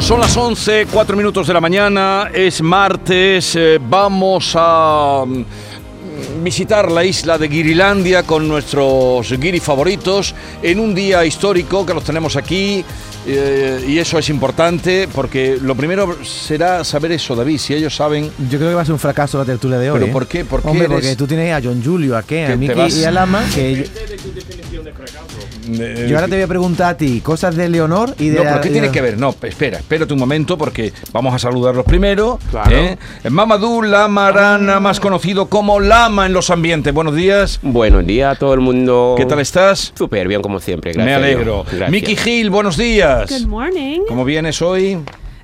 Son las 11, 4 minutos de la mañana, es martes, eh, vamos a mm, visitar la isla de Guirilandia con nuestros guiris favoritos en un día histórico que los tenemos aquí eh, y eso es importante porque lo primero será saber eso, David, si ellos saben eh, Yo creo que va a ser un fracaso la tertulia de hoy. ¿Pero ¿eh? por qué? ¿Por qué Hombre, eres- porque tú tienes a John Julio, a Que Ken, te a Miki vas- y a Lama. Que yo, eh, yo ahora te voy a preguntar a ti cosas de Leonor y de. No, pero ¿qué y tiene de- que ver? No, espera, espérate un momento porque vamos a saludarlos primero. Claro. ¿eh? Mamadou Lama Ah. Arana, más conocido como Lama en los ambientes. Buenos días. Buenos días a todo el Oh. mundo. ¿Qué tal estás? Súper bien, como siempre. Gracias. Me a Dios. alegro. Gracias. Miki Gil, buenos días. Good morning. ¿Cómo vienes hoy?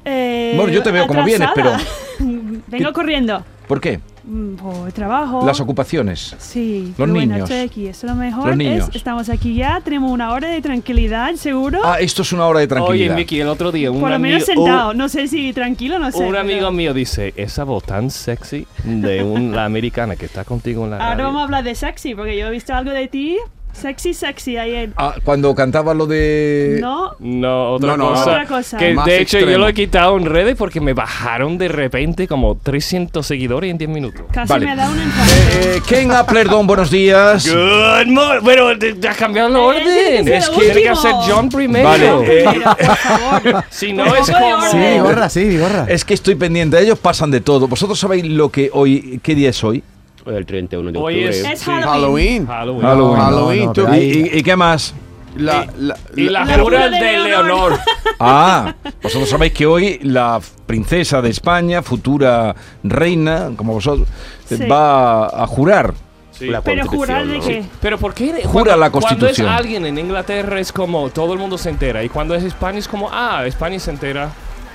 Eh, Bueno, yo te veo como vienes, pero- Vengo ¿Qué- corriendo. ¿Por qué? Mm, Por trabajo. Las ocupaciones. Sí, los pero bueno, niños. estoy aquí. Eso es lo mejor. Los niños. Es, estamos aquí ya, tenemos una hora de tranquilidad, seguro. Ah, esto es una hora de Oye, tranquilidad. Miki, el otro día un Por lo amigo, menos sentado. no sé si tranquilo, no sé. un, un pero- amigo mío dice, esa voz tan sexy de un- la americana que está contigo en la Ahora radio". vamos a hablar de sexy, porque yo he visto algo de ti. Sexy, sexy ayer. Ah, eh, cuando cantaba lo de... No, No, otra No, no, cosa. otra cosa. Que Más de hecho yo extremo. lo he quitado en redes porque me bajaron de repente como 300 seguidores en 10 minutos. casi vale. me da un infarto. Eh, eh, Ken Applerdon, buenos días. Good morning. Pero te, te has cambiado el Eh, tiene orden. que Es ser que tiene que último. hacer John primero. Vale, eh, Mira, por favor. Si Un no es poco de como... Sí, orden. gorra, sí, gorra. Es que estoy pendiente, ellos pasan de todo. ¿Vosotros sabéis lo que hoy, qué día es hoy? El 31 de Hoy octubre. es- Es Sí. Halloween. Halloween. Halloween. Halloween. Halloween, tú- pero ¿Y, ahí- y- y qué más? La, la, Y La la, jura jura de de Leonor. Leonor. Ah, vosotros sabéis que hoy la princesa de España, futura reina, como vosotros, eh, Sí. va a jurar. La Pero jurar de Constitución, que. ¿no? Pero ¿por qué? Jura la Constitución. Cuando es alguien en Inglaterra es como todo el mundo se entera. Y cuando es España es como, ah, España se entera.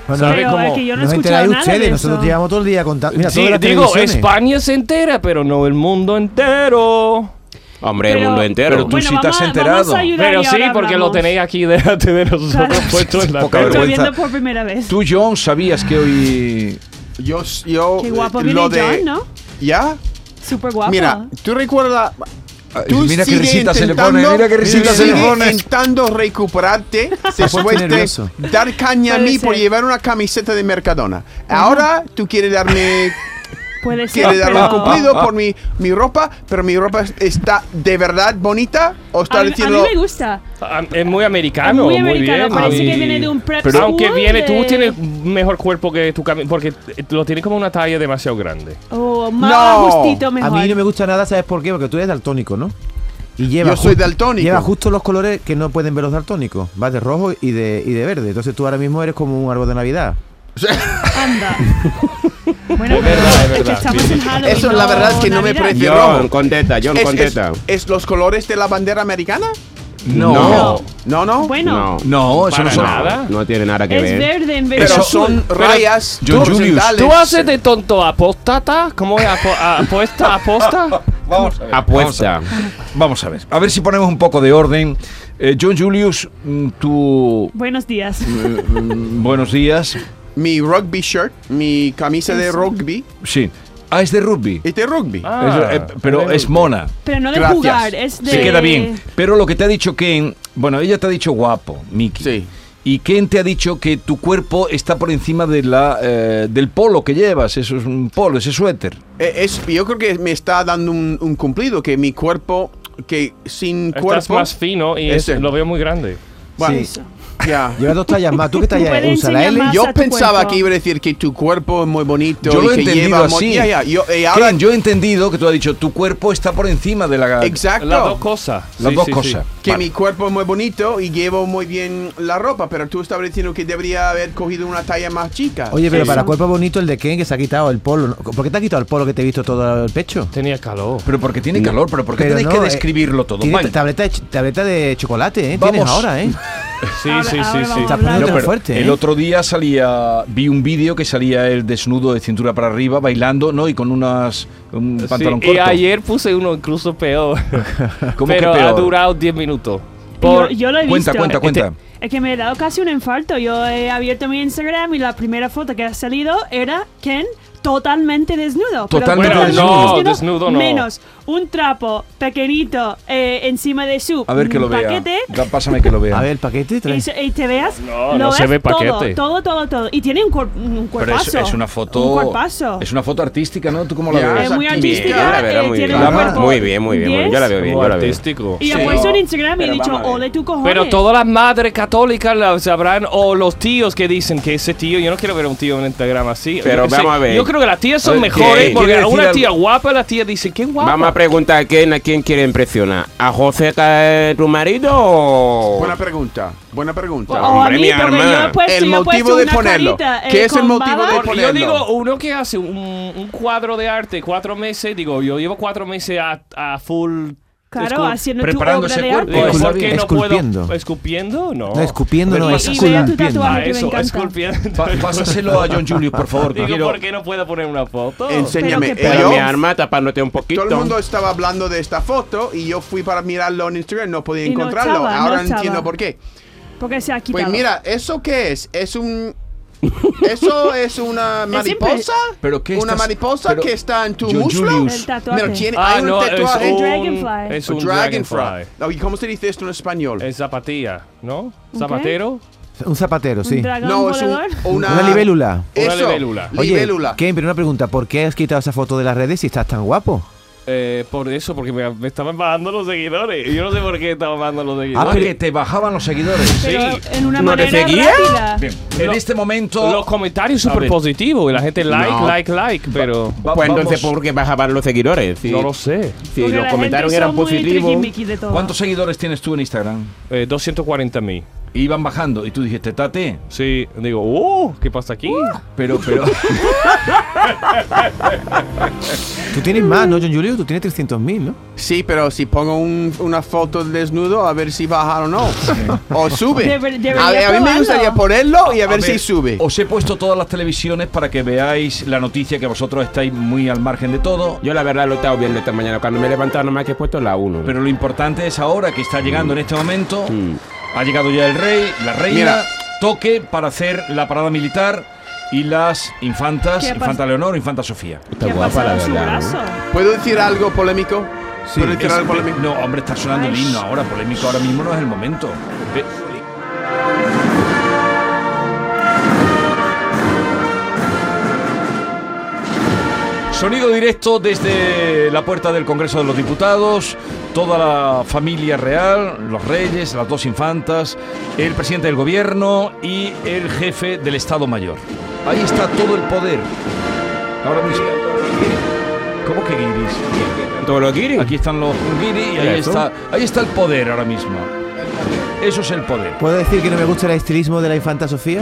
Bueno, ¿sabe Pero cómo? es que yo no he no os escuchado enteráis nada de ustedes, eso. nosotros llevamos todo el día contando. Mira, Sí, todas las digo, televisiones. España se entera, pero no el mundo entero. Hombre, el Pero- mundo entero. Pero tú Bueno, sí te has vamos a- vamos a enterado. ayudar Pero y sí, ahora porque lo hablamos. tenéis aquí delante de nosotros Claro. puesto en la Poca tele. Lo estoy vergüenza. viendo por primera vez. Tú, John, sabías que hoy... yo, yo Qué guapo eh, viene lo de, John, ¿no? ¿Ya? Súper guapo. Mira, tú recuerdas. Tú mira qué sigue risita se le intentando- pone, mira qué risita se le sigue pone. intentando recuperarte después de nervioso. dar caña a Puede mí por ser. llevar una camiseta de Mercadona. Ahora tú quieres darme, Puede ser. quieres darme pero- un cumplido por Ah. mi, mi ropa, pero mi ropa está de verdad bonita o A, está a mí diciendo. me gusta. Ah, Es muy americano, muy muy, americano, bien. parece Y- que viene de un prep Pero school aunque viene, tú de- tienes mejor cuerpo que tu cami- porque eh, lo tienes como una talla demasiado grande. Oh, más No. justito A mejor. mí no me gusta nada, ¿sabes por qué? Porque tú eres daltónico, ¿no? Y lleva Yo soy daltónico. Lleva justo los colores que no pueden ver los daltónicos. Vas de rojo y de, y de verde. Entonces tú ahora mismo eres como un árbol de Navidad. Anda. bueno, Es verdad, es pero que verdad. estamos en Halloween. Eso es la verdad que no me Navidad. parece John, rojo. contesta, John, Es, es- contesta. ¿Es los colores de la bandera americana? No, No, no. Bueno, no, eso no Para son... nada. No tiene nada que es ver. verde en vez de Pero Eso- son pero- rayas John Julius, horizontales. ¿Tú haces de tonto apóstata? ¿Cómo es apo- a- apuesta? ¿Aposta? Vamos a ver. Apuesta. Vamos a ver. A ver si ponemos un poco de orden. Eh, John Julius, mm, tú... Buenos días. eh, mm, buenos días. mi rugby shirt, mi camisa de rugby. Sí. Ah, es de rugby. Es de rugby. Ah, Es- eh, pero bueno. es mona. Pero no de Gracias. jugar, es de. Se queda bien. Pero lo que te ha dicho Ken, bueno, ella te ha dicho guapo, Miki. Sí. Y Ken te ha dicho que tu cuerpo está por encima de la, eh, del polo que llevas. Eso es un polo, ese suéter. Eh, Es, yo creo que me está dando un, un cumplido, que mi cuerpo, que sin Estás cuerpo... más fino y es- Ese. lo veo muy grande. Bueno, Sí. ya. Lleva dos tallas más. ¿Tú qué talla puedes usas? ¿La enseñar L? más. Yo Pasa tu pensaba cuerpo. que iba a decir que tu cuerpo es muy bonito Yo y lo he que entendido lleva mo- así. Ya, ya, yo- y ahora- Ken, yo he entendido que tú has dicho tu cuerpo está por encima de la. exacto. Las dos cosas. Las Sí, dos sí, sí. cosas. que Vale. mi cuerpo es muy bonito y llevo muy bien la ropa, pero tú estabas diciendo que debería haber cogido una talla más chica. Oye, pero Sí. para cuerpo bonito el de Ken que se ha quitado el polo. ¿no? ¿Por qué te ha quitado el polo que te he visto todo el pecho? Tenía calor. Pero porque tiene calor, pero porque Pero tenéis no, que eh, describirlo todo. Tiene Mike. tableta, de, ch- tableta de chocolate, ¿eh? Tienes Vamos. ahora, ¿eh? Sí, Ahora- sí, sí, ahora sí. vamos a Está poniendo hablar. No, pero fuerte, el ¿eh? otro día salía, vi un vídeo que salía el desnudo de cintura para arriba bailando, ¿no? Y con unas un Sí, pantalón Y corto. ayer puse uno incluso peor. ¿Cómo pero que ha peor? durado 10 minutos. Yo, Por- yo lo he Cuenta, visto. Este, cuenta, cuenta. Es que me he dado casi un infarto. Yo he abierto mi Instagram y la primera foto que ha salido era Ken totalmente desnudo. Pero Totalmente desnudo. No, desnudo no. Menos un trapo pequeñito eh, encima de su A ver que lo vea. paquete. Da- Pásame que lo vea. A ver, el paquete. trae. Y, se- y te veas. No, lo no se ves ve todo, paquete. Todo, todo, todo. Y tiene un, cuer- un pero cuerpazo. es, es una foto. Un cuerpazo. Es una foto artística, ¿no? ¿Tú cómo la Ya, ves? Es muy Bien, artística. yo la veo eh, muy tiene bien. un cuerpo Muy bien, muy bien, muy bien. Yo la veo bien, Como yo la veo. artístico. Y ha Sí. puesto en Instagram y he Pero dicho, vamos a ver. ole tu cojones. Pero todas las madres católicas la sabrán, o los tíos que dicen que ese tío, yo no quiero ver a un tío en Instagram así. Pero Yo qué vamos a ver. Yo creo que las tías A son ver, mejores, ¿qué? porque ¿Quiere a decir una algo? tía guapa, la tía dice, qué guapa. Vamos a preguntar a quién, a quién quiere impresionar. ¿A José que es tu marido o...? Buena pregunta, buena pregunta. O Hombre, a mí, mi porque hermana. Oh, yo he puesto, El yo he motivo puesto de una ponerlo. carita, eh, ¿Qué es el con motivo de baba. Por- ponerlo. yo digo, uno que hace un, un cuadro de arte cuatro meses, digo, yo llevo cuatro meses a, a full. Claro, escul- haciendo tu preparando obra ese de cuerpo. arte. Digo, Esculpi- ¿por qué no esculpiendo. puedo? ¿Escupiendo? No. No, escupiendo no, Y- es y vea tu esculpiendo. tatuaje. Ah, Ay, que me eso, encanta. esculpiendo. Pa- pásaselo a John Julius, por favor. que Digo, quiero- ¿por qué no puedo poner una foto? Enséñame. Pero Pero Yo- mi arma tapándote un poquito. todo el mundo estaba hablando de esta foto y yo fui para mirarlo en Instagram, no podía Y no encontrarlo. estaba, no Ahora estaba. entiendo por qué. Porque se ha quitado. Pues mira, ¿eso qué es? Es un... ¿Eso es una mariposa? ¿Pero qué ¿Una estás- mariposa pero- que está en tu Yo- muslo? Julius. el tatuaje. Pero tiene, Ah, hay un no, es tatuaje. un, Dragonfly. Es O un dragonfly. dragonfly. No, ¿y ¿Cómo se dice esto en español? Es zapatilla, ¿no? Zapatero. Un zapatero, Un sí. dragón no, es un- volador. una... Una libélula. Eso, Una libélula. Oye, libélula. Ken, pero una pregunta, ¿por qué has quitado esa foto de las redes si estás tan guapo? Eh, por eso, porque me, me estaban bajando los seguidores. Yo no sé por qué estaban bajando los Ah, seguidores. que te bajaban los seguidores. Pero Sí. en una ¿No te manera seguía? rápida. Bien. En Lo- este momento. los comentarios A súper ver. positivos y la gente like, like, like, pero... va- Pues entonces, vamos- ¿por qué bajaban los seguidores? Si, No lo sé. si Porque la los gente comentarios son eran muy positivos... triquiñiqui de todo. ¿Cuántos seguidores tienes tú en Instagram? Eh, 240 mil. Iban bajando y tú dijiste, tate. Sí, digo, ¡uh! ¿Qué pasa aquí? Pero, pero. Tú tienes más, ¿no, John Julio? Tú tienes 300.000, ¿no? Sí, pero si pongo un- una foto desnudo, a ver si baja o no. o sube. Deber- debería a, ver, a mí me probarlo. gustaría ponerlo y a, ver, si ver, sube. Os he puesto todas las televisiones para que veáis la noticia que vosotros estáis muy al margen de todo. Yo la verdad lo he estado viendo esta mañana. Cuando me he levantado nomás que he puesto la 1. Pero lo importante es ahora que está llegando en este momento. Mm. Ha llegado ya el rey, la reina. Mira. Toque para hacer la parada militar y las infantas, ¿Qué ha pas- infanta Leonor, infanta Sofía. ¿Qué ha pasado en su brazo? ¿Puedo decir algo polémico? ¿Puedo decir Es- algo polémico? no, hombre, está sonando el Ay, himno sh- ahora, polémico ahora mismo no es el momento. Sonido directo desde la puerta del Congreso de los Diputados, toda la familia real, los reyes, las dos infantas, el presidente del gobierno y el jefe del Estado Mayor. Ahí está todo el poder. Ahora mismo. ¿Cómo que iris? ¿Todo lo quieren? Aquí están los guiri y ahí ¿Eso? está, ahí está el poder ahora mismo. Eso es el poder. ¿Puedo decir que no me gusta el estilismo de la infanta Sofía?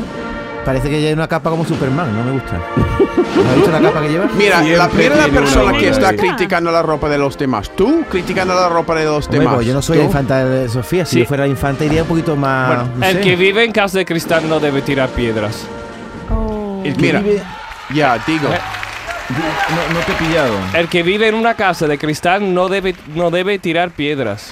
Parece que lleva una capa como Superman, no me gusta. ¿Has visto la capa que lleva? Mira, la Siempre primera tiene una persona que buena está idea. criticando la ropa de los demás. Tú criticando la ropa de los Hombre, demás. pues yo no soy la Tú. infanta de Sofía. Si Sí. yo fuera la infanta iría un poquito más... Bueno, no el sé. que vive en casa de cristal no debe tirar piedras. Oh. El que Mira. vive- Ya, digo. Eh. No, no te he pillado. El que vive en una casa de cristal no debe, no debe tirar piedras.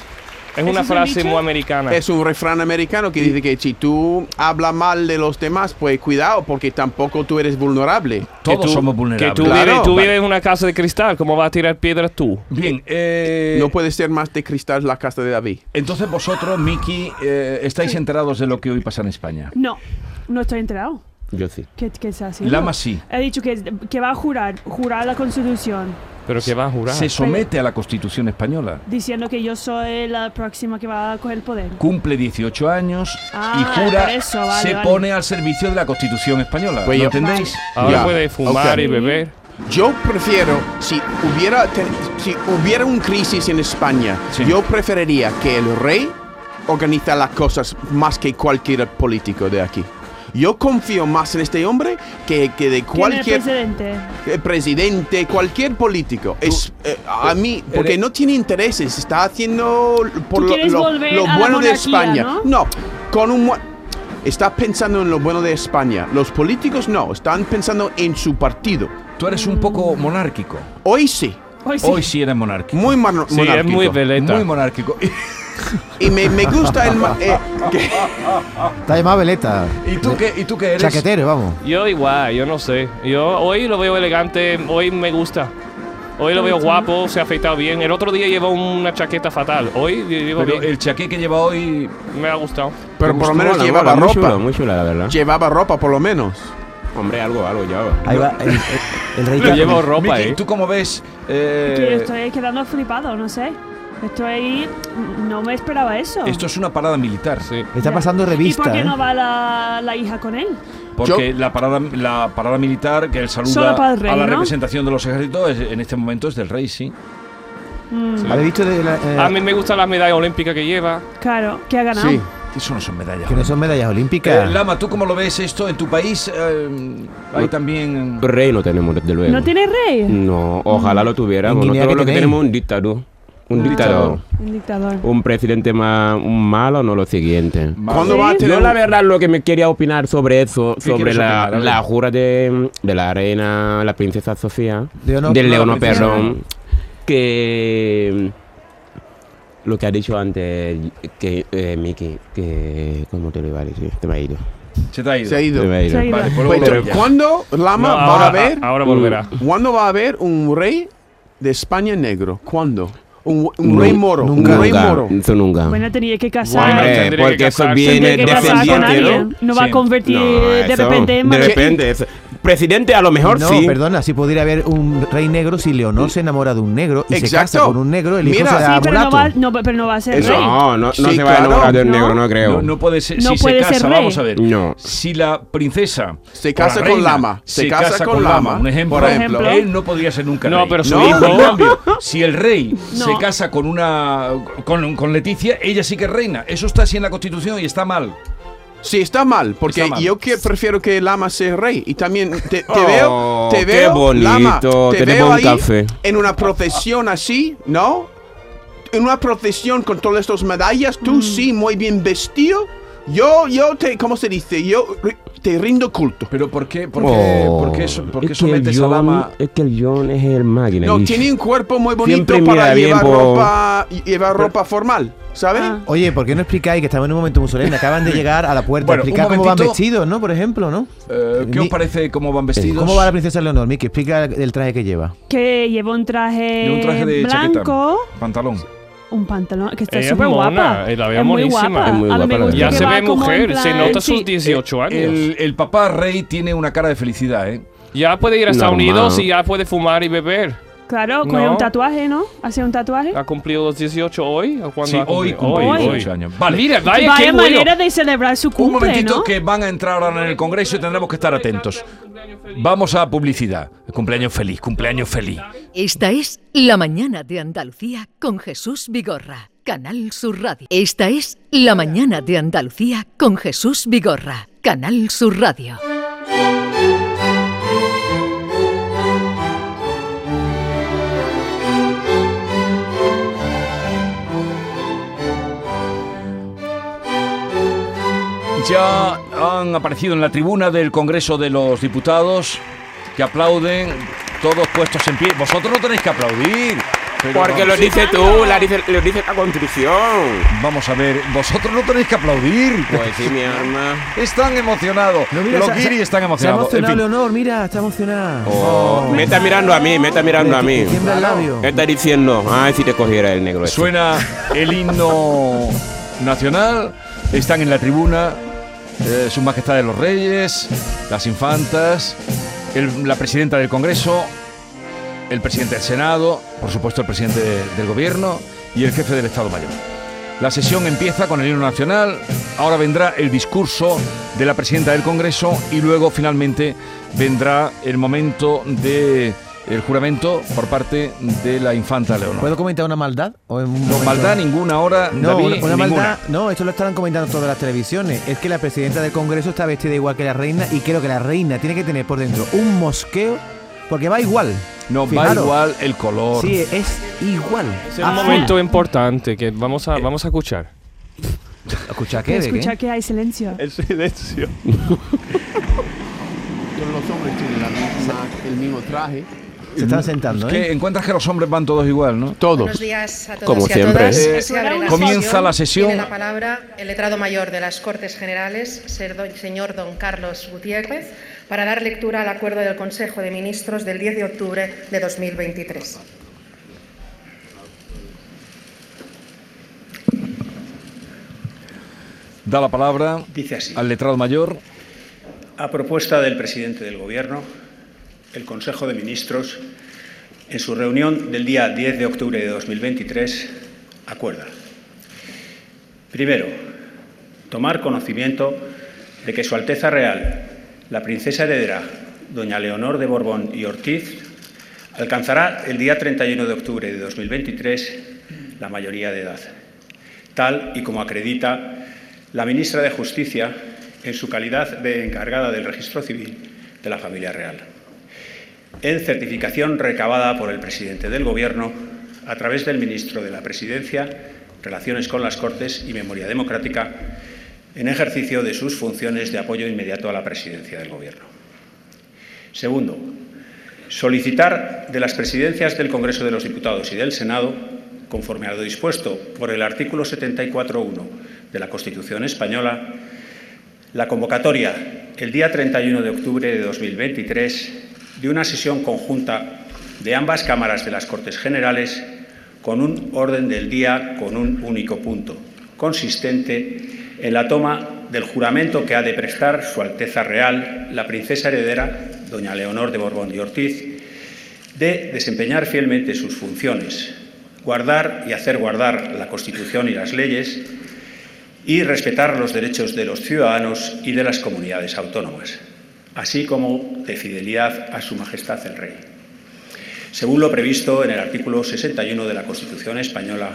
Es ¿Eso una es un frase dicho? muy americana. Es un refrán americano que dice que si tú hablas mal de los demás, pues cuidado, porque tampoco tú eres vulnerable. Que Todos tú- somos Que tú, vulnerables. Claro, vives, tú vale. vives en una casa de cristal, ¿cómo vas a tirar piedras tú? Bien, eh, No puede ser más de cristal la casa de David. entonces vosotros, Miki, eh, estáis enterados de lo que hoy pasa en España. No, no estoy enterado. Yo sí. ¿Qué, qué está haciendo? Lama sí. He dicho que, que va a jurar, jurar la Constitución, Pero que vas a jurar. Se somete a la Constitución española. diciendo que yo soy la próxima que va a coger el poder. Cumple 18 años y Ah, por jura eso, vale, se vale. pone al servicio de la Constitución española. Pues ¿Lo yo- entendéis? Ahora Ya, puedes fumar ok. y beber. Yo prefiero, si hubiera, te- si hubiera un crisis en España, Sí. yo preferiría que el rey organiza las cosas más que cualquier político de aquí. Yo confío más en este hombre que, que de Tiene cualquier precedente. eh, presidente, cualquier político. Es eh, a mí, porque eres- no tiene intereses, está haciendo por Tú lo, quieres lo- volver lo a la bueno de monarquía, España. ¿no? con un mu- está pensando en lo bueno de España. Los políticos no, están pensando en su partido. Tú eres un poco monárquico. Hoy sí, Hoy Mm. sí. Hoy sí eres monárquico. muy mar- Sí, es monárquico. muy veleta. Muy monárquico. y me, me gusta el ma- eh, que- Está llamado Veleta. ¿Y tú qué, y tú qué eres? Chaquetero, vamos. Yo igual, yo no sé. Yo hoy lo veo elegante, hoy me gusta. Hoy lo veo guapo, se ha afeitado bien. El otro día llevó una chaqueta fatal. Hoy llevo Pero bien. el chaqué que lleva hoy. Me ha gustado. pero por lo menos Mola, llevaba mola, ropa. Muy chula, muy chula, la verdad. Llevaba ropa por lo menos. Hombre, algo, algo llevaba. Ahí va el, el- el rey. Yo Chaco. llevo ropa, Miki, eh. ¿tú cómo ves? eh, Que estoy quedando flipado, no sé. Estoy. No me esperaba eso. esto es una parada militar. Sí. Está Ya. pasando ¿Y revista. por qué ¿eh? no va la, la hija con él? Porque la parada la parada militar que él Solo para saluda el rey, a la ¿no? representación de los ejércitos es- en este momento es del rey, sí. Mm, ¿Habéis visto de la, eh, A mí me gustan las medallas olímpicas que lleva. Claro, que ha ganado. Sí. Ah. Eso no son medallas. que no son medallas Eh, olímpicas? Lama, ¿tú cómo lo ves esto en tu país? Eh, hay también Rey no tenemos, desde luego. ¿No tiene rey? No, ojalá lo tuviéramos. En Guinea que Nosotros lo que tenéis. tenemos es un dictador. Un Ah. dictador. Un dictador. Un presidente más un malo, no lo siguiente. ¿Cuándo va a tener Yo la verdad lo que me quería opinar sobre eso, ¿Qué sobre quieres la, opinar? A ver. la jura de, de la reina, la princesa Sofía, De Leonor- del no, Leono princesa. Perrón, que mm, lo que ha dicho antes que eh, Miki, que cómo te lo iba a decir, te me ha ido. se te ha ido. Se ha ido. Te me ha ido. Se ha ido. Vale, pues luego Pues, lo- ¿Cuándo Lama No, va ahora, a ver? a- ahora volverá. ¿Cuándo va a haber un rey de España negro? ¿Cuándo? Un, un Nu- rey moro. Nunca, Un rey moro. eso nunca. Bueno, tenía que casar. Bueno, Hombre, tendría que porque eso casarse. viene Tendría que casar con descendiente, ¿no? alguien. No va Sí. a convertir No, de eso, repente en de macho- repente, eso. presidente a lo mejor no, sí. perdona, si pudiera haber un rey negro si Leonor se enamora de un negro y se Exacto. casa con un negro, el hijo Mira. se Sí, da pero no, mulato. va, no, pero no va a ser Eso- rey. No, no, no Sí, se va a claro. enamorar de un No. negro, no creo. No, no puede ser. No si puede se casa, ser rey. vamos a ver. No. Si la princesa. Se o la casa con reina lama, se casa con lama, Un ejemplo, por ejemplo. Él no podía ser nunca No, rey. pero su No. hijo. En cambio, si el rey No. se casa con una con, con Leticia, ella sí que es reina. Eso está así en la Constitución y está mal. Sí, está mal, porque Está mal. yo que prefiero que Lama sea rey. Y también te, te Oh, veo, te qué veo, bonito, Lama, te tenemos veo un ahí café. en una procesión así, ¿no? En una procesión con todas estas medallas, Mm. tú sí, muy bien vestido. Yo, yo te, ¿cómo se dice? Yo ri- te rindo culto. Pero ¿por qué, por qué, Oh, por qué, so- por qué es que el sometes a John- Lama? Es que el John es el máquina. No, bicho. tiene un cuerpo muy bonito Siempre mira para bien llevar por- ropa, llevar ropa formal, ¿sabes? Ah. Oye, ¿por qué no explicáis que estamos en un momento muy solemne? Acaban de llegar a la puerta. Bueno, un Explicad cómo van momentito. vestidos, ¿no? Por ejemplo, ¿no? Eh, ¿Qué os Ni- parece cómo van vestidos? ¿Cómo va la princesa Leonor? Miki, explica el traje que lleva. Que lleva un traje, De un traje de Eh, blanco, chaqueta, pantalón. un pantalón, que está Ella es súper guapa. mona, y la veo es muy monísima. guapa. Es muy A guapa, mí me la gusta verdad. Ya que se va ve como en mujer, se plan- nota sus sí. 18 años. Eh, El, el papá rey tiene una cara de felicidad, ¿eh? ya puede ir a Estados Normal. Unidos y ya puede fumar y beber. Claro, coge No. un tatuaje, ¿no? Hace un tatuaje. ¿Ha cumplido los 18 hoy? ¿O cuándo Sí, ha hoy cumplido? cumple Hoy. 18 años. Vale. Mira, vaya, qué Vaya bueno. manera de celebrar su Un cumple, momentito ¿no? que van a entrar ahora en el Congreso y tendremos que estar atentos. Vamos a publicidad. Cumpleaños feliz, cumpleaños feliz. Esta es La Mañana de Andalucía con Jesús Vigorra, Canal Sur Radio. Esta es La Mañana de Andalucía con Jesús Vigorra, Canal Sur Radio. Ya han aparecido en la tribuna del Congreso de los Diputados que aplauden, todos puestos en pie. Vosotros no tenéis que aplaudir. pero Porque lo vamos, dice tú, la dice, lo dice la contrición. vamos a ver, vosotros no tenéis que aplaudir. Pues sí, mi arma. Están emocionados. los se- se- guiris están emocionados. Se ha emocionado En fin. Oh. Leonor, mira, está emocionada. me está mirando a mí, me está mirando a mí. Le Tiembla el labio. Me está diciendo, ay, si te cogiera el negro. este". Suena el himno nacional, están en la tribuna eh, Su Majestad de los Reyes, las infantas, el- la presidenta del Congreso, el presidente del Senado, por supuesto el presidente de- del Gobierno y el jefe del Estado Mayor. La sesión empieza con el himno nacional, ahora vendrá el discurso de la presidenta del Congreso y luego finalmente vendrá el momento de el juramento por parte de la infanta Leonor. ¿Puedo comentar una maldad? ¿O en un momento- Maldad ninguna ahora, No, David, una- una ninguna. maldad. No, esto lo están comentando todas las televisiones. Es que la presidenta del Congreso está vestida igual que la reina y creo que la reina tiene que tener por dentro un mosqueo porque va igual. No, va Fijaros. igual el color. Sí, es igual. Es un momento importante que vamos a, vamos a escuchar. Escucha Pero que escucha que hay silencio. El silencio. Todos los hombres tienen la misma- el mismo traje. se están sentando, Que ¿eh? encuentras que los hombres van todos igual, ¿no? Todos. Buenos días a todos Como y a siempre. todas. Eh, Se abre comienza la sesión. Tiene la palabra el letrado mayor de las Cortes Generales, ser do- señor don Carlos Gutiérrez, para dar lectura al acuerdo del Consejo de Ministros del 10 de octubre de 2023. Da la palabra Dice así. al letrado mayor. A propuesta del presidente del Gobierno, el Consejo de Ministros, en su reunión del día 10 de octubre de 2023, acuerda. Primero, tomar conocimiento de que Su Alteza Real, la princesa heredera, doña Leonor de Borbón y Ortiz, alcanzará el día 31 de octubre de 2023 la mayoría de edad, tal y como acredita la ministra de Justicia en su calidad de encargada del registro civil de la familia real, en certificación recabada por el presidente del Gobierno a través del ministro de la Presidencia, Relaciones con las Cortes y Memoria Democrática, en ejercicio de sus funciones de apoyo inmediato a la presidencia del Gobierno. Segundo, solicitar de las presidencias del Congreso de los Diputados y del Senado, conforme a lo dispuesto por el artículo 74.1 de la Constitución española, la convocatoria el día 31 de octubre de 2023 de una sesión conjunta de ambas cámaras de las Cortes Generales con un orden del día con un único punto, consistente en la toma del juramento que ha de prestar Su Alteza Real, la princesa heredera, doña Leonor de Borbón y Ortiz, de desempeñar fielmente sus funciones, guardar y hacer guardar la Constitución y las leyes, y respetar los derechos de los ciudadanos y de las comunidades autónomas, así como de fidelidad a Su Majestad el Rey, según lo previsto en el artículo 61 de la Constitución española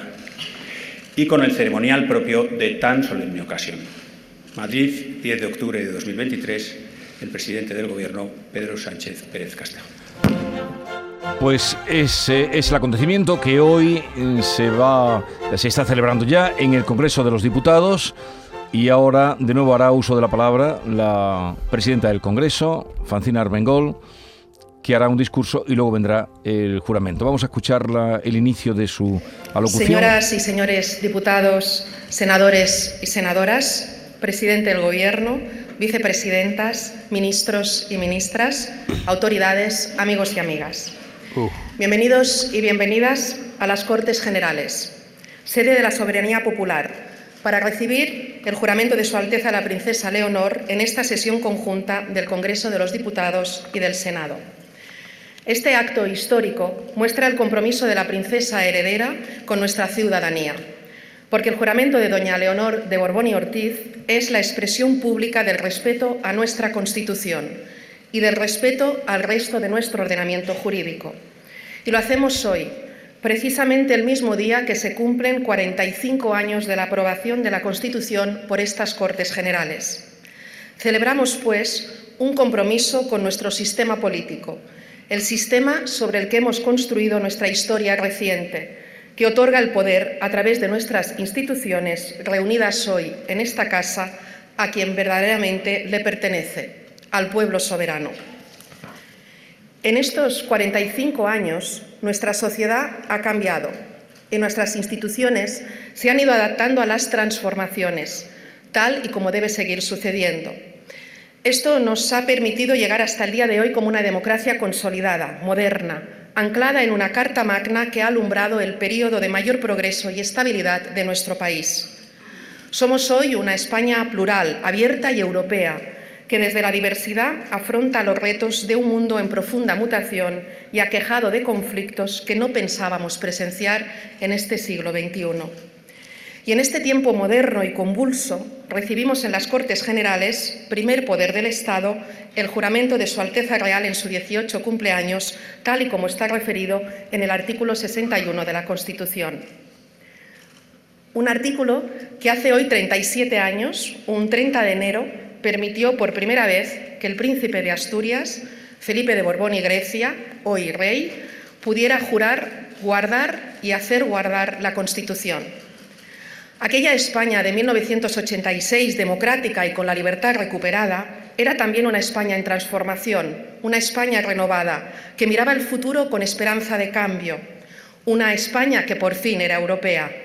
y con el ceremonial propio de tan solemne ocasión. Madrid, 10 de octubre de 2023, el presidente del Gobierno, Pedro Sánchez Pérez Castro. Pues ese es el acontecimiento que hoy eh, se va, se está celebrando ya en el Congreso de los Diputados y ahora de nuevo hará uso de la palabra la presidenta del Congreso, Francina Armengol, que hará un discurso y luego vendrá el juramento. Vamos a escuchar la- el inicio de su alocución. Señoras y señores diputados, senadores y senadoras, presidente del Gobierno, vicepresidentas, ministros y ministras, autoridades, amigos y amigas. Bienvenidos y bienvenidas a las Cortes Generales, sede de la soberanía popular, para recibir el juramento de Su Alteza la Princesa Leonor en esta sesión conjunta del Congreso de los Diputados y del Senado. Este acto histórico muestra el compromiso de la princesa heredera con nuestra ciudadanía, porque el juramento de doña Leonor de Borbón y Ortiz es la expresión pública del respeto a nuestra Constitución y del respeto al resto de nuestro ordenamiento jurídico. Y lo hacemos hoy, precisamente el mismo día que se cumplen 45 años de la aprobación de la Constitución por estas Cortes Generales. Celebramos, pues, un compromiso con nuestro sistema político, el sistema sobre el que hemos construido nuestra historia reciente, que otorga el poder a través de nuestras instituciones reunidas hoy en esta casa a quien verdaderamente le pertenece, al pueblo soberano. En estos 45 años, nuestra sociedad ha cambiado y nuestras instituciones se han ido adaptando a las transformaciones, tal y como debe seguir sucediendo. Esto nos ha permitido llegar hasta el día de hoy como una democracia consolidada, moderna, anclada en una Carta Magna que ha alumbrado el periodo de mayor progreso y estabilidad de nuestro país. Somos hoy una España plural, abierta y europea, que desde la diversidad afronta los retos de un mundo en profunda mutación y aquejado de conflictos que no pensábamos presenciar en este siglo XXI. Y en este tiempo moderno y convulso recibimos en las Cortes Generales, primer poder del Estado, el juramento de Su Alteza Real en su 18 cumpleaños, tal y como está referido en el artículo 61 de la Constitución. Un artículo que hace hoy 37 años, un 30 de enero, permitió por primera vez que el príncipe de Asturias, Felipe de Borbón y Grecia, hoy rey, pudiera jurar, guardar y hacer guardar la Constitución. Aquella España de 1986, democrática y con la libertad recuperada, era también una España en transformación, una España renovada, que miraba el futuro con esperanza de cambio, una España que por fin era europea.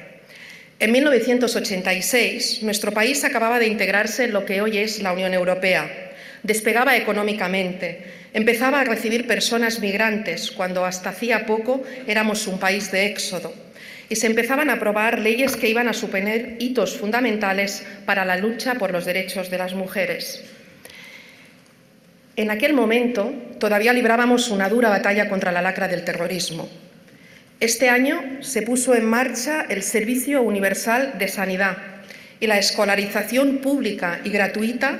En 1986, nuestro país acababa de integrarse en lo que hoy es la Unión Europea. Despegaba económicamente, empezaba a recibir personas migrantes, cuando hasta hacía poco éramos un país de éxodo, y se empezaban a aprobar leyes que iban a suponer hitos fundamentales para la lucha por los derechos de las mujeres. En aquel momento todavía librábamos una dura batalla contra la lacra del terrorismo. Este año se puso en marcha el Servicio Universal de Sanidad y la escolarización pública y gratuita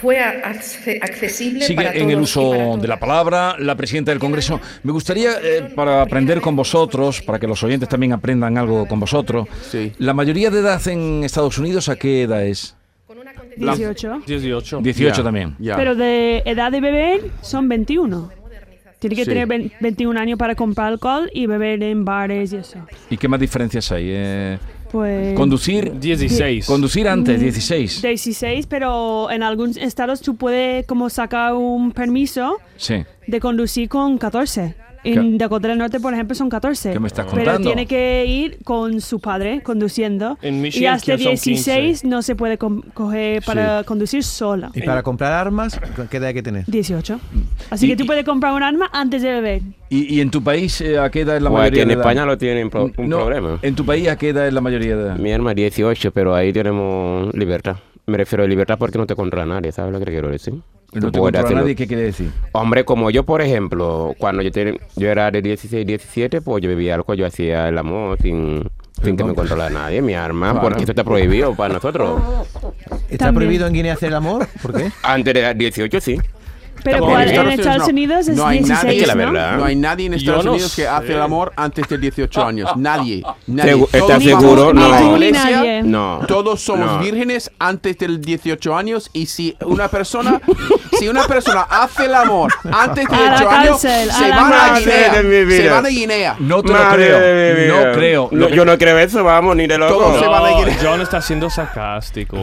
fue a- acce- accesible para Sigue en el todos y para uso todas. de la palabra la presidenta del Congreso. Me gustaría, eh, para aprender con vosotros, para que los oyentes también aprendan algo con vosotros, Sí. la mayoría de edad en Estados Unidos, ¿a qué edad es? Con una concepción 18. 18. 18 también. Ya. Pero de edad de beber son 21. Tiene que Sí. tener ve- 21 años para comprar alcohol y beber en bares y eso. ¿Y qué más diferencias hay? Eh, Pues conducir, 16. conducir Mm. antes, 16. 16, pero en algunos estados tú puedes como sacar un permiso Sí. de conducir con 14. En Dakota del Norte, por ejemplo, son 14. ¿Qué me estás Pero contando? tiene que ir con su padre conduciendo. En y Michigan, hasta que son 15. 16 no se puede com- coger para conducir sola. Y para comprar armas, ¿qué edad hay que tener? 18. Mm. Así Y- que tú y- puedes comprar un arma antes de beber. ¿Y, y en tu país eh, a qué edad es la Bueno, Pues aquí mayoría en de edad? España lo tienen pro- un No, problema. ¿En tu país a qué edad es la mayoría de edad? Mi arma es 18, pero ahí tenemos libertad. Me refiero a libertad porque no te controla nadie, ¿sabes lo que quiero decir? No Tú te puedes controla hacer lo- nadie, ¿qué quiere decir? Hombre, como yo, por ejemplo, cuando yo, ten- yo era de 16, 17, pues yo bebía alcohol, yo hacía el amor sin, sin que me controlara nadie, mi arma, porque esto está prohibido para nosotros. ¿Está También. prohibido en Guinea hacer el amor? ¿Por qué? Antes de 18, sí. Pero No, cuál- en en Estados Estados Unidos Unidos es no hay 16, nadie, la ¿no? verdad. No hay nadie en Estados no Unidos que sé. hace el amor antes de Ah, 18 años. Nadie. nadie. Segu- Todos ¿estás vamos seguro? a la No. Ni tú ni iglesia, nadie. No. Todos somos No. vírgenes antes del 18 años y si una persona si una persona hace el amor antes de A la 18 años cárcel, a se la van a cárcel. De Guinea. mi vida. Se van a Guinea. No te Madre lo de mi creo. vida. No creo. No, yo no creo eso, vamos, ni de loco. Todo se va- van a ir. Oh, John está siendo sarcástico.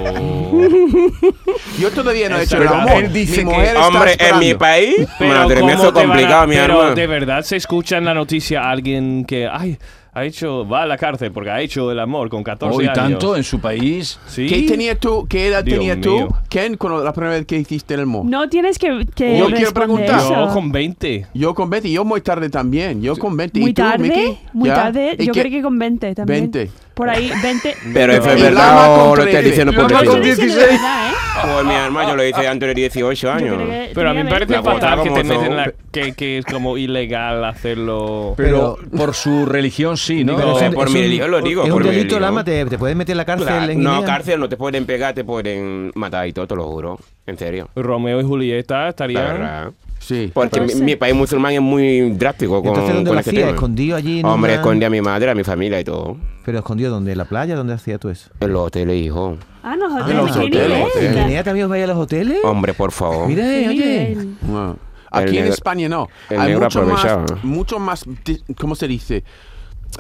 Yo todavía no he hecho el Exacto. amor. Él dice mi que- mujer está Hombre, en mi esperando. país, Pero madre mía, ¿cómo eso es te van a- complicado, mi pero hermano. de verdad se escucha en la noticia a alguien que ay, ha hecho va a la cárcel porque ha hecho el amor con 14 Hoy años. tanto en su país. Sí. ¿Qué tenía tú? ¿Qué edad Dios tenías tú? mío. Ken, cuando la primera vez que hiciste el amor. No tienes que, que Yo quiero responder preguntar. eso. Yo con 20. Yo con 20, yo muy tarde también. Yo con 20. Muy ¿Y tú, tarde, Miki? muy ¿Ya? tarde. ¿Y Yo qué- creo que con 20 también. 20. Por ahí, 20. Pero eso es Y Lama verdad o con lo estás 13. diciendo por Yo estoy decir? diciendo la verdad, ¿eh? Pues mi hermano, yo lo hice antes de 18 Yo años. creo que Pero a mí me tenía parece 20. fatal que como te son. meten la que, que es como ilegal hacerlo. Pero, por su religión sí, ¿no? Pero No, es un- por es mi un- religión lo digo, Es por un mi delito, religión. Lama, te, te puedes meter en la cárcel Claro, en no, Guinea. cárcel, no te pueden pegar, te pueden matar y todo, te lo juro. En serio. Romeo y Julieta La estarían verdad. Sí. Porque mi, mi país musulmán es muy drástico con, Entonces, ¿dónde con lo ese hacías? tema. ¿Escondido allí en Hombre, una- escondí a mi madre, a mi familia y todo. Pero escondido, ¿dónde? ¿En la playa? ¿Dónde hacías tú eso? En los hoteles, hijo. Ah, no, Ah, hoteles. los ¿Qué hoteles, nivel? hoteles. ¿En Guinea también os vais a los hoteles? Hombre, por favor. Mira, ¿Qué eh, oye. nivel? Bueno, Aquí en negro- España no. el Hay negro mucho más, aprovechaba. mucho más, di- ¿cómo se dice?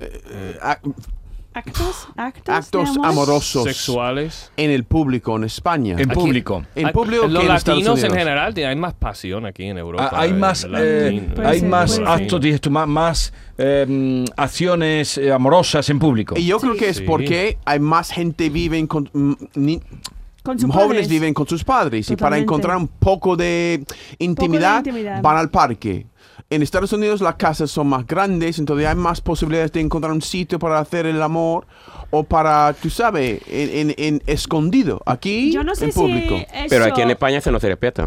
Eh, eh, ac- Actos, actos, actos de amor. amorosos sexuales. en el público en España. En Aquí- público. En público Los que en Estados latinos en Unidos. general hay más pasión aquí en Europa. Ah, hay eh, más, el eh, latín, Puede hay ser, más puede ser. actos, dices tú, más, más, eh, mm, acciones eh, amorosas en público. Y yo creo que es Sí. porque hay más gente viven con mm, ni- Con sus jóvenes padres. viven con sus padres y para Totalmente. encontrar un poco de intimidad, intimidad. van al parque. En Estados Unidos las casas son más grandes, entonces hay más posibilidades de encontrar un sitio para hacer el amor o para, tú sabes, en, en- en escondido, aquí Yo no sé en público. si eso- Pero aquí en España se no se respeta.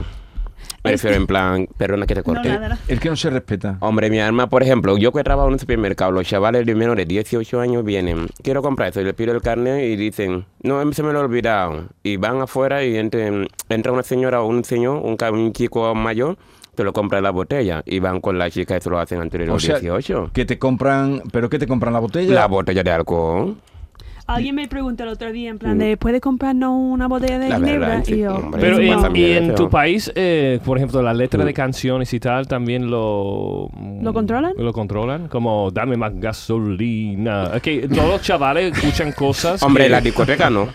Me refiero en plan, perdona que te No, corte. nada, nada. El que no se respeta. Hombre, mi arma, por ejemplo, yo que trabajo en un supermercado, los chavales de menores de 18 años vienen, quiero comprar eso, y les pido el carnet y dicen, no, a mí se me lo he olvidado. Y van afuera y entre- entra una señora o un señor, un, ca- un chico mayor, te lo compra la botella. Y van con la chica, eso lo hacen antes de los O sea, 18. que te compran, pero que te compran la botella. La botella de alcohol. Alguien me preguntó el otro día, en plan, de, ¿puede comprarnos una botella de La ginebra? verdad, sí, Y yo, hombre, Pero eso y, pasa y mil en veces, tu ¿no? país, eh, por ejemplo, la letra de Mm. canciones y tal también lo... ¿Lo controlan? Lo controlan, como dame más gasolina. Es que todos los chavales escuchan cosas Hombre, que la discoteca no.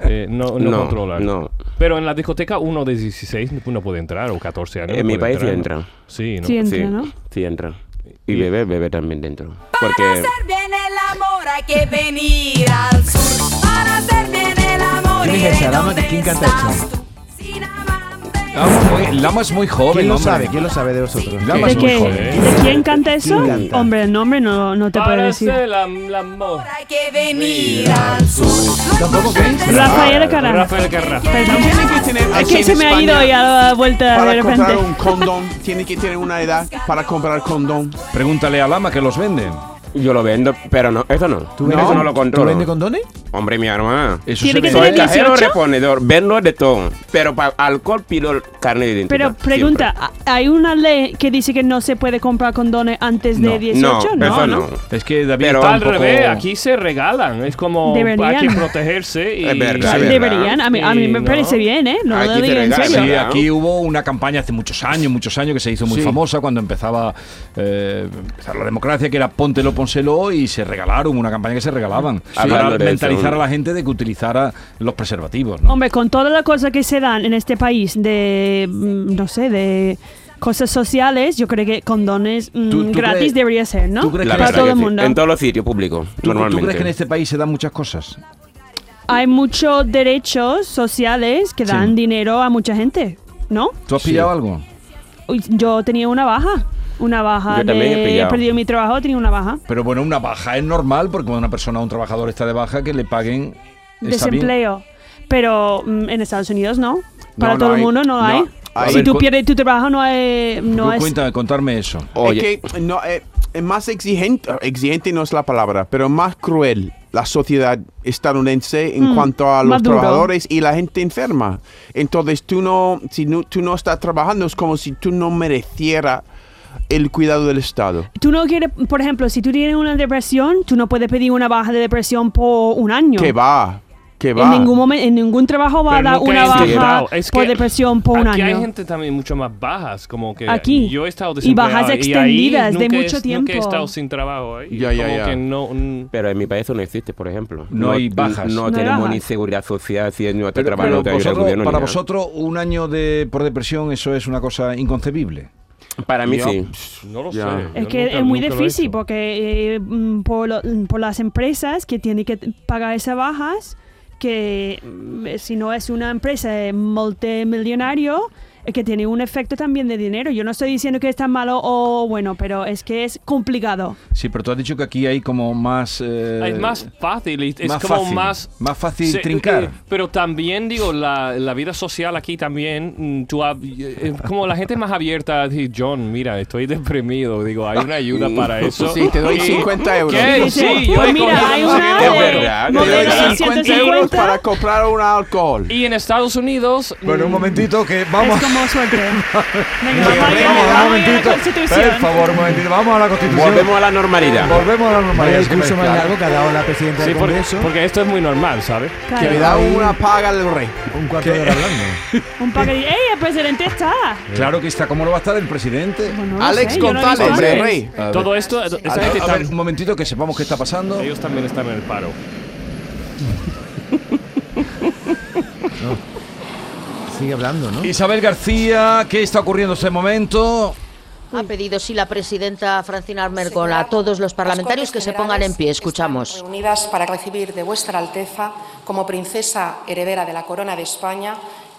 eh, no, no No, controlan. no. Pero en la discoteca uno de 16 no puede entrar, o 14 años. En no mi puede país sí entrar. entra. Sí, ¿no? sí, entra, Sí, ¿no? sí entra. Y bebe, bebe también dentro. Porque bien el amor hay que venir al sur. Para hacer bien el amor ¿Quién es iré esa dama? donde ¿Quién canta eso? estás tú, sin amante. Lama, es Ah, muy- Lama es muy joven, ¿Quién lo hombre. sabe? ¿Quién lo sabe de vosotros? Lama ¿De, es muy qué? joven. ¿De quién canta eso? ¿Quién canta? Hombre, el nombre no, no te puedo Para decir. hacer la, la amor. Hay que venir al sur. ¿Tampoco creéis? Rafaela Carrá. Rafael Carrá. Perdón. Tiene que tener. Es aquí que en se me ha España, ido y ha dado vuelta de Para comprar repente. un condón, tiene que tener una edad para comprar condón. Pregúntale a Lama que los venden. yo lo vendo, pero no, eso no. ¿Tú vendes- Eso no lo ¿Tú controlo. vendes condones? Hombre, mi arma. Eso Tiene se que vende. Soy ¿Tiene cajero 18? reponedor, vendo de todo. Pero para alcohol pido el carnet de identidad. Pero pregunta, ¿ha- ¿hay una ley que dice que no se puede comprar condones antes No. de 18? No, eso no. Es que David Pero está Al un poco- revés, aquí se regalan. Es como Deberían. hay que protegerse y... Es verdad, es verdad. Deberían, a mí, a mí me Sí, ¿no? parece bien, ¿eh? No Aquí lo te digo en regalan, serio. Sí, ¿verdad? aquí hubo una campaña hace muchos años, muchos años que se hizo muy Sí. famosa cuando empezaba eh, empezar la democracia, que era póntelo, pónselo, y se regalaron, una campaña que se regalaban. Para Hablando de mentalizar eso. a la gente de que utilizara los preservativos, ¿no? Hombre, con todas las cosas que se dan en este país de, mm, no sé, de cosas sociales, yo creo que condones mm, ¿Tú- tú gratis crees- debería ser, ¿no? tú crees La que- Para verdad todo que el sí. mundo. En todos los sitios públicos, ¿Tú, tú normalmente. crees que en este país se dan muchas cosas? Hay muchos derechos sociales que dan Sí. dinero a mucha gente, ¿no? ¿Tú has pillado algo? Uy, Yo tenía una baja, una baja Yo también he de... pillado. perdido mi trabajo, tenía una baja. Pero bueno, una baja es normal, porque cuando una persona, un trabajador está de baja, que le paguen... está bien. desempleo. Pero mm, en Estados Unidos no. Para no todo hay. el mundo no, No, hay. a Si ver, tú cu- pierdes tu trabajo no hay... No Cu- es, Cuéntame, contarme eso. Oye, Es que no, eh, es más exigente, exigente no es la palabra, pero más cruel la sociedad estadounidense en Mm, cuanto a los más duro. trabajadores y la gente enferma. Entonces tú no, si no, tú no estás trabajando es como si tú no merecieras el cuidado del Estado. Tú no quieres, por ejemplo, si tú tienes una depresión, tú no puedes pedir una baja de depresión por un año. Que va, que va. En ningún momento, en ningún trabajo va a Pero dar nunca una he baja entrado. Es por que depresión por un aquí año. hay gente también mucho más bajas, como que Aquí. yo he estado Y bajas desempleado, extendidas ahí de nunca he- mucho Nunca he tiempo. estado sin trabajo. ¿eh? Y Ya, ya, como ya. que no, mm, pero en mi país eso no existe, por ejemplo. No hay bajas. No, No hay tenemos bajas. ni seguridad social, si es nuestro Pero, trabajo, pero no te ayuda el vosotros- gobierno. ni para nada. vosotros, un año de, por depresión, eso es una cosa inconcebible. Para mí Yo- sí. no lo Ya. sé. Es Yo que nunca- es muy nunca lo he difícil hecho. porque eh, mm, por, lo- por las empresas que tienen que t- pagar esas bajas, que mm, si no es una empresa eh, multimillonario, eh, que tiene un efecto también de dinero. Yo no estoy diciendo que es tan malo o bueno, pero es que es complicado. Sí, pero tú has dicho que aquí hay como más... eh, Es más fácil, y es más como fácil, más... más fácil se- trincar. eh, pero también, digo, la, la vida social aquí también, mm, tú, hab- eh, eh, como la gente es más abierta a decir, John, mira, estoy deprimido, digo, hay una ayuda para eso. Sí, te doy Y- 50 euros. ¿Qué? Dice, Sí, yo pues he mira, cogido hay un una de- paquete de verdad, modelo Te doy 50 euros 650, para comprar un alcohol. Y en Estados Unidos... Bueno, un mm, momentito que es vamos... como suerte. Venga, Volvemos, vamos a ir a- un vamos a ir a la momentito. Constitución. Por favor, un momentito. Vamos a la Constitución. Volvemos a la normalidad. Volvemos a la normalidad. Vaya, El discurso más largo que ha dado la presidenta Sí, del porque, Congreso. porque esto es muy normal, ¿sabes? Claro, Que le da una paga al rey. Un cuarto de hora hablando. un paquete. ¡Ey, el presidente está! Claro que está. ¿Cómo lo va a estar el presidente? Pues no lo Alex sé, yo no he visto González, antes. hombre, rey. A ver, Todo esto, esa a gente ver, a ver, tam- un momentito que sepamos qué está pasando. ellos también están en el paro. Sigue hablando, ¿no? Isabel García, ¿qué está ocurriendo en este momento? Ha pedido sí la presidenta Francina Armengol a todos los parlamentarios que se pongan en pie. Escuchamos. Reunidas para recibir de vuestra Alteza, como princesa heredera de la Corona de España,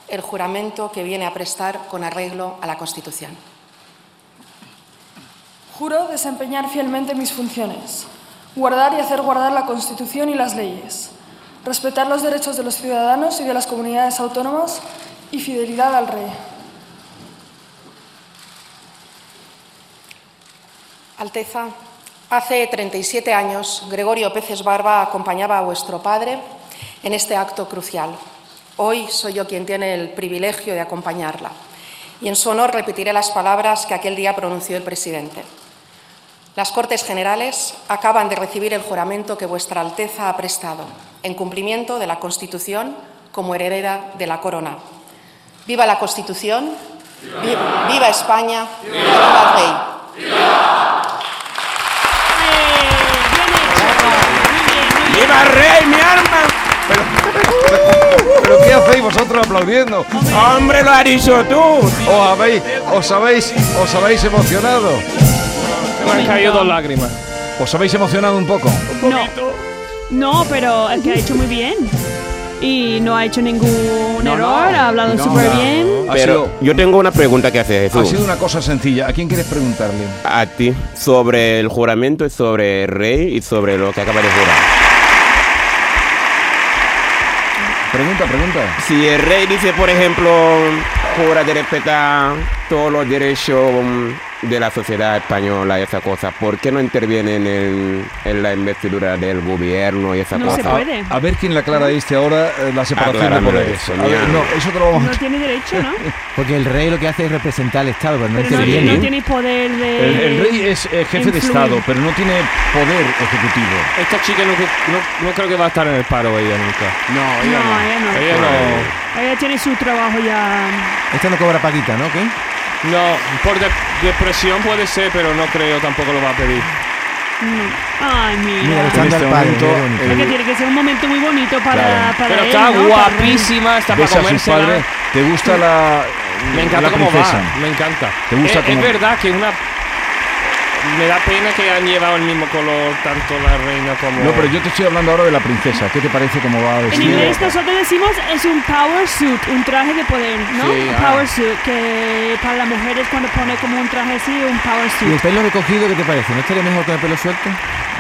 el juramento que viene a prestar con arreglo a la Constitución. Juro desempeñar fielmente mis funciones, guardar y hacer guardar la Constitución y las leyes, respetar los derechos de los ciudadanos y de las comunidades autónomas y fidelidad al rey. Alteza, hace 37 años Gregorio Peces Barba acompañaba a vuestro padre en este acto crucial. Hoy soy yo quien tiene el privilegio de acompañarla y en su honor repetiré las palabras que aquel día pronunció el presidente. Las Cortes Generales acaban de recibir el juramento que vuestra Alteza ha prestado en cumplimiento de la Constitución como heredera de la corona. Viva la Constitución, vi- viva, España, viva, el rey. ¡Viva Rey, mi arma! ¿Pero qué hacéis vosotros aplaudiendo? ¡Hombre, lo has dicho tú! ¿Os habéis, os habéis, os habéis emocionado? Me han caído dos lágrimas. ¿Os habéis emocionado un poco? No. No, pero el que ha hecho muy bien. Y no ha hecho ningún No, no. error, ha hablado No, súper no. bien. Ha Pero sido- yo tengo una pregunta que hacer, Ha Jesús. sido una cosa sencilla. ¿A quién quieres preguntarle? A ti, sobre el juramento y sobre el rey y sobre lo que acaba de jurar. Pregunta, pregunta. Si el rey dice, por ejemplo, jura de respetar todos los derechos mm, de la sociedad española y esa cosa, ¿por qué no interviene en, el- en la investidura del gobierno y esa No cosa? se puede. A ver quién le aclara a este ahora eh, la separación Acláramelo de poderes. eso, A ver, ya. no, eso te lo vamos No a... tiene derecho, ¿no? Porque el rey lo que hace es representar al Estado, pero no Pero no, interviene. no tiene poder de. El, el rey es eh, jefe de Influir. Estado, pero no tiene poder ejecutivo. Esta chica no, no- no creo que va a estar en el paro ella nunca. No, ella no. Ella no. Ella tiene su trabajo ya. Esta no cobra paquita, ¿no? ¿Qué? No, por de- depresión puede ser, pero no creo tampoco lo va a pedir. no. Mm. Ay, Mira, mira. le están este dando al momento, padre. mira qué bonito. Porque tiene que ser un momento muy bonito para. Claro. para Pero él, está ¿no? Para el rey. guapísima, está para Ves a sus comérsela. padres. ¿Te gusta la, Me encanta la cómo princesa? va, me encanta. Eh, Te gusta es, cómo- es verdad que una me da pena que han llevado el mismo color tanto la reina como No, pero yo te estoy hablando ahora de la princesa. ¿Qué te parece cómo va En vestida? inglés nosotros decimos es un power suit, un traje de poder, ¿no? Sí, Un ah. power suit, que para las mujeres cuando pone como un traje así, un power ¿Y el suit. pelo recogido qué te parece? ¿No estaría mejor con el pelo suelto?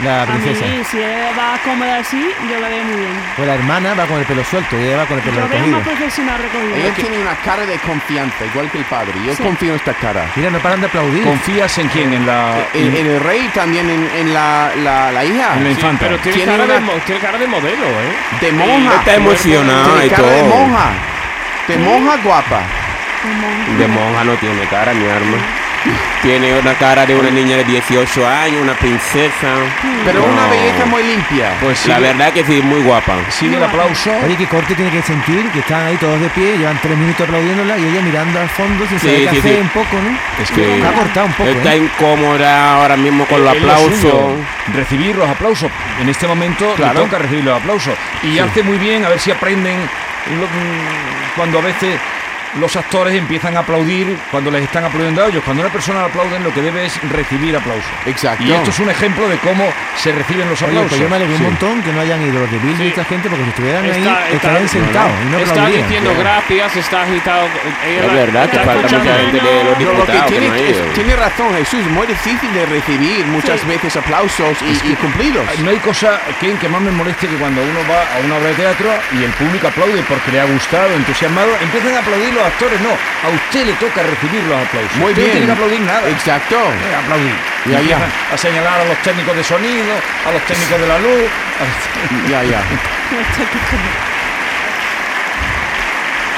La A princesa. mí, si ella va cómoda así, yo la veo muy bien. Pues la hermana va con el pelo suelto y ella va con el pelo Yo veo recogido. más profesional recogido. Ella tiene una cara de confianza, igual que el padre. Yo Sí. confío en esta cara. Mira, no paran de aplaudir. ¿Confías en quién? En la. En, en el rey también, en, en la, la, la hija. En la Eh, Sí, infanta. pero tiene, Tiene cara de, una- mo- tiene cara de modelo, ¿eh? De monja. Está emocionada Tiene y cara de todo. monja. De monja guapa. Como- De monja no tiene cara, mi arma. Tiene una cara de una niña de 18 años, una princesa. Pero una No. belleza muy limpia. Pues sí. La verdad que sí, muy guapa. Sigue el aplauso. Oye, qué corte tiene que sentir, que están ahí todos de pie, llevan tres minutos aplaudiéndola y ella mirando al fondo sin Sí, saber qué sí, hacer sí. un poco, ¿no? Es Sí. Está cortado un poco, Está ¿eh? incómoda ahora mismo con los Es lo aplausos. suyo, Recibir los aplausos. En este momento le Claro. toca recibir los aplausos. Y hace muy bien, a ver si aprenden lo- mm, cuando a veces los actores empiezan a aplaudir cuando les están aplaudiendo a ellos. Cuando una persona aplaude, lo que debe es recibir aplausos. Exacto. Y esto es un ejemplo de cómo se reciben los Oye, aplausos. pues yo me alegro Sí. un montón que no hayan ido los de Bill Sí. y esta gente, porque si estuvieran Está- ahí, está- estarían sentados y no está aplaudirían. diciendo gracias, está agitado. Ella- Es verdad que está falta escuchando- mucha gente de los Pero lo que diputados. que tiene, no eh. ha es- ido. tiene razón Jesús, muy difícil de recibir muchas veces aplausos y, y cumplidos. No hay cosa que, que más me moleste que cuando uno va a una obra de teatro y el público aplaude porque le ha gustado, entusiasmado, empiezan a aplaudir los actores. No, a usted le toca recibir los aplausos. Muy usted No tiene bien. que aplaudir nada. Exacto. Eh, Aplaudir. Ya, ya. Empiezan A señalar a los técnicos de sonido, a los técnicos de la luz. Ya, ya.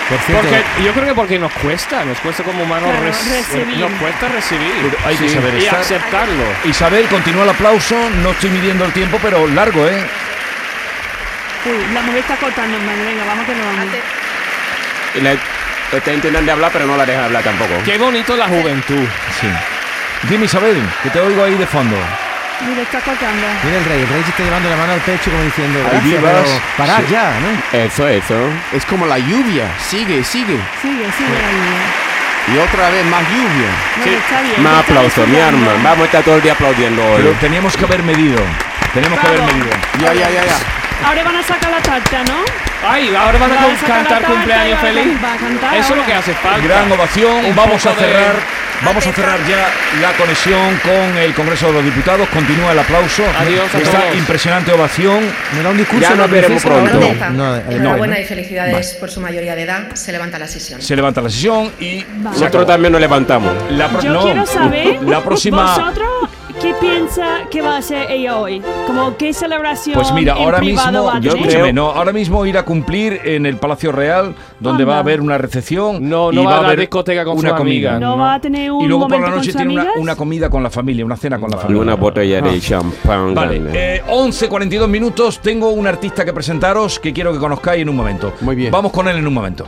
Por cierto, Porque yo creo que porque nos cuesta, nos cuesta como humanos Claro, res- recibir. nos cuesta recibir Hay que saber y estar. aceptarlo. Isabel, continúa el aplauso. No estoy midiendo el tiempo, pero largo, ¿eh? Uy, la mujer está cortando, hermano. Venga, vamos que nos vamos. Alte- Y la- está intentando hablar, pero no la deja hablar tampoco. Qué bonito la juventud. Sí. Dime, Isabel, que te oigo ahí de fondo. Mira, está cortando. mira el rey, el rey se está llevando la mano al pecho como diciendo, Ahí gracias, vivas. pero parad Sí. ya, ¿no? Eso, eso. Es como la lluvia. Sigue, sigue. Sigue, sigue ahí. ¿eh? Y otra vez más lluvia. No, está bien. Más está aplausos, mi disfrutando. arma. Vamos a estar todo el día aplaudiendo Pero hoy. teníamos que haber medido. Tenemos que haber Bravo. medido. Ya, ya, ya, ya. Ahora van a sacar la tarta, ¿no? Ay, ahora van a Van a sacar la cantar tarta cumpleaños y van a feliz. can- va a cantar Eso es lo ahora. que hace falta. Gran ovación. Un vamos a poco de- cerrar, vamos a cerrar ya la conexión con el Congreso de los Diputados. Continúa el aplauso. Adiós a Esta todos. impresionante ovación. Me da un discurso. Ya no nos veremos princesa, pronto. No, Alteza, no, eh, no, enhorabuena ¿no? y felicidades por su mayoría de edad. Se levanta la sesión. Se levanta la sesión y se Vale. acabó. Nosotros también nos levantamos. La pro- Yo no, quiero saber. la próxima ¿Vosotros ¿Qué piensa que va a hacer ella hoy? Como qué celebración Pues mira, en ahora privado mismo, va a yo tener? escúchame, no, ahora mismo ir a cumplir en el Palacio Real, donde va a Anda. haber una recepción. No, no y va a la haber discoteca con una sus comida. amigas. ¿No no. va a tener un Y luego por momento la noche con sus tiene una, amigas? una comida con la familia, una cena con la Y familia. una botella Ah. de champán. grande. Vale, eh, 11, 42 minutos. Tengo un artista que presentaros que quiero que conozcáis en un momento. Muy bien. Vamos con él en un momento.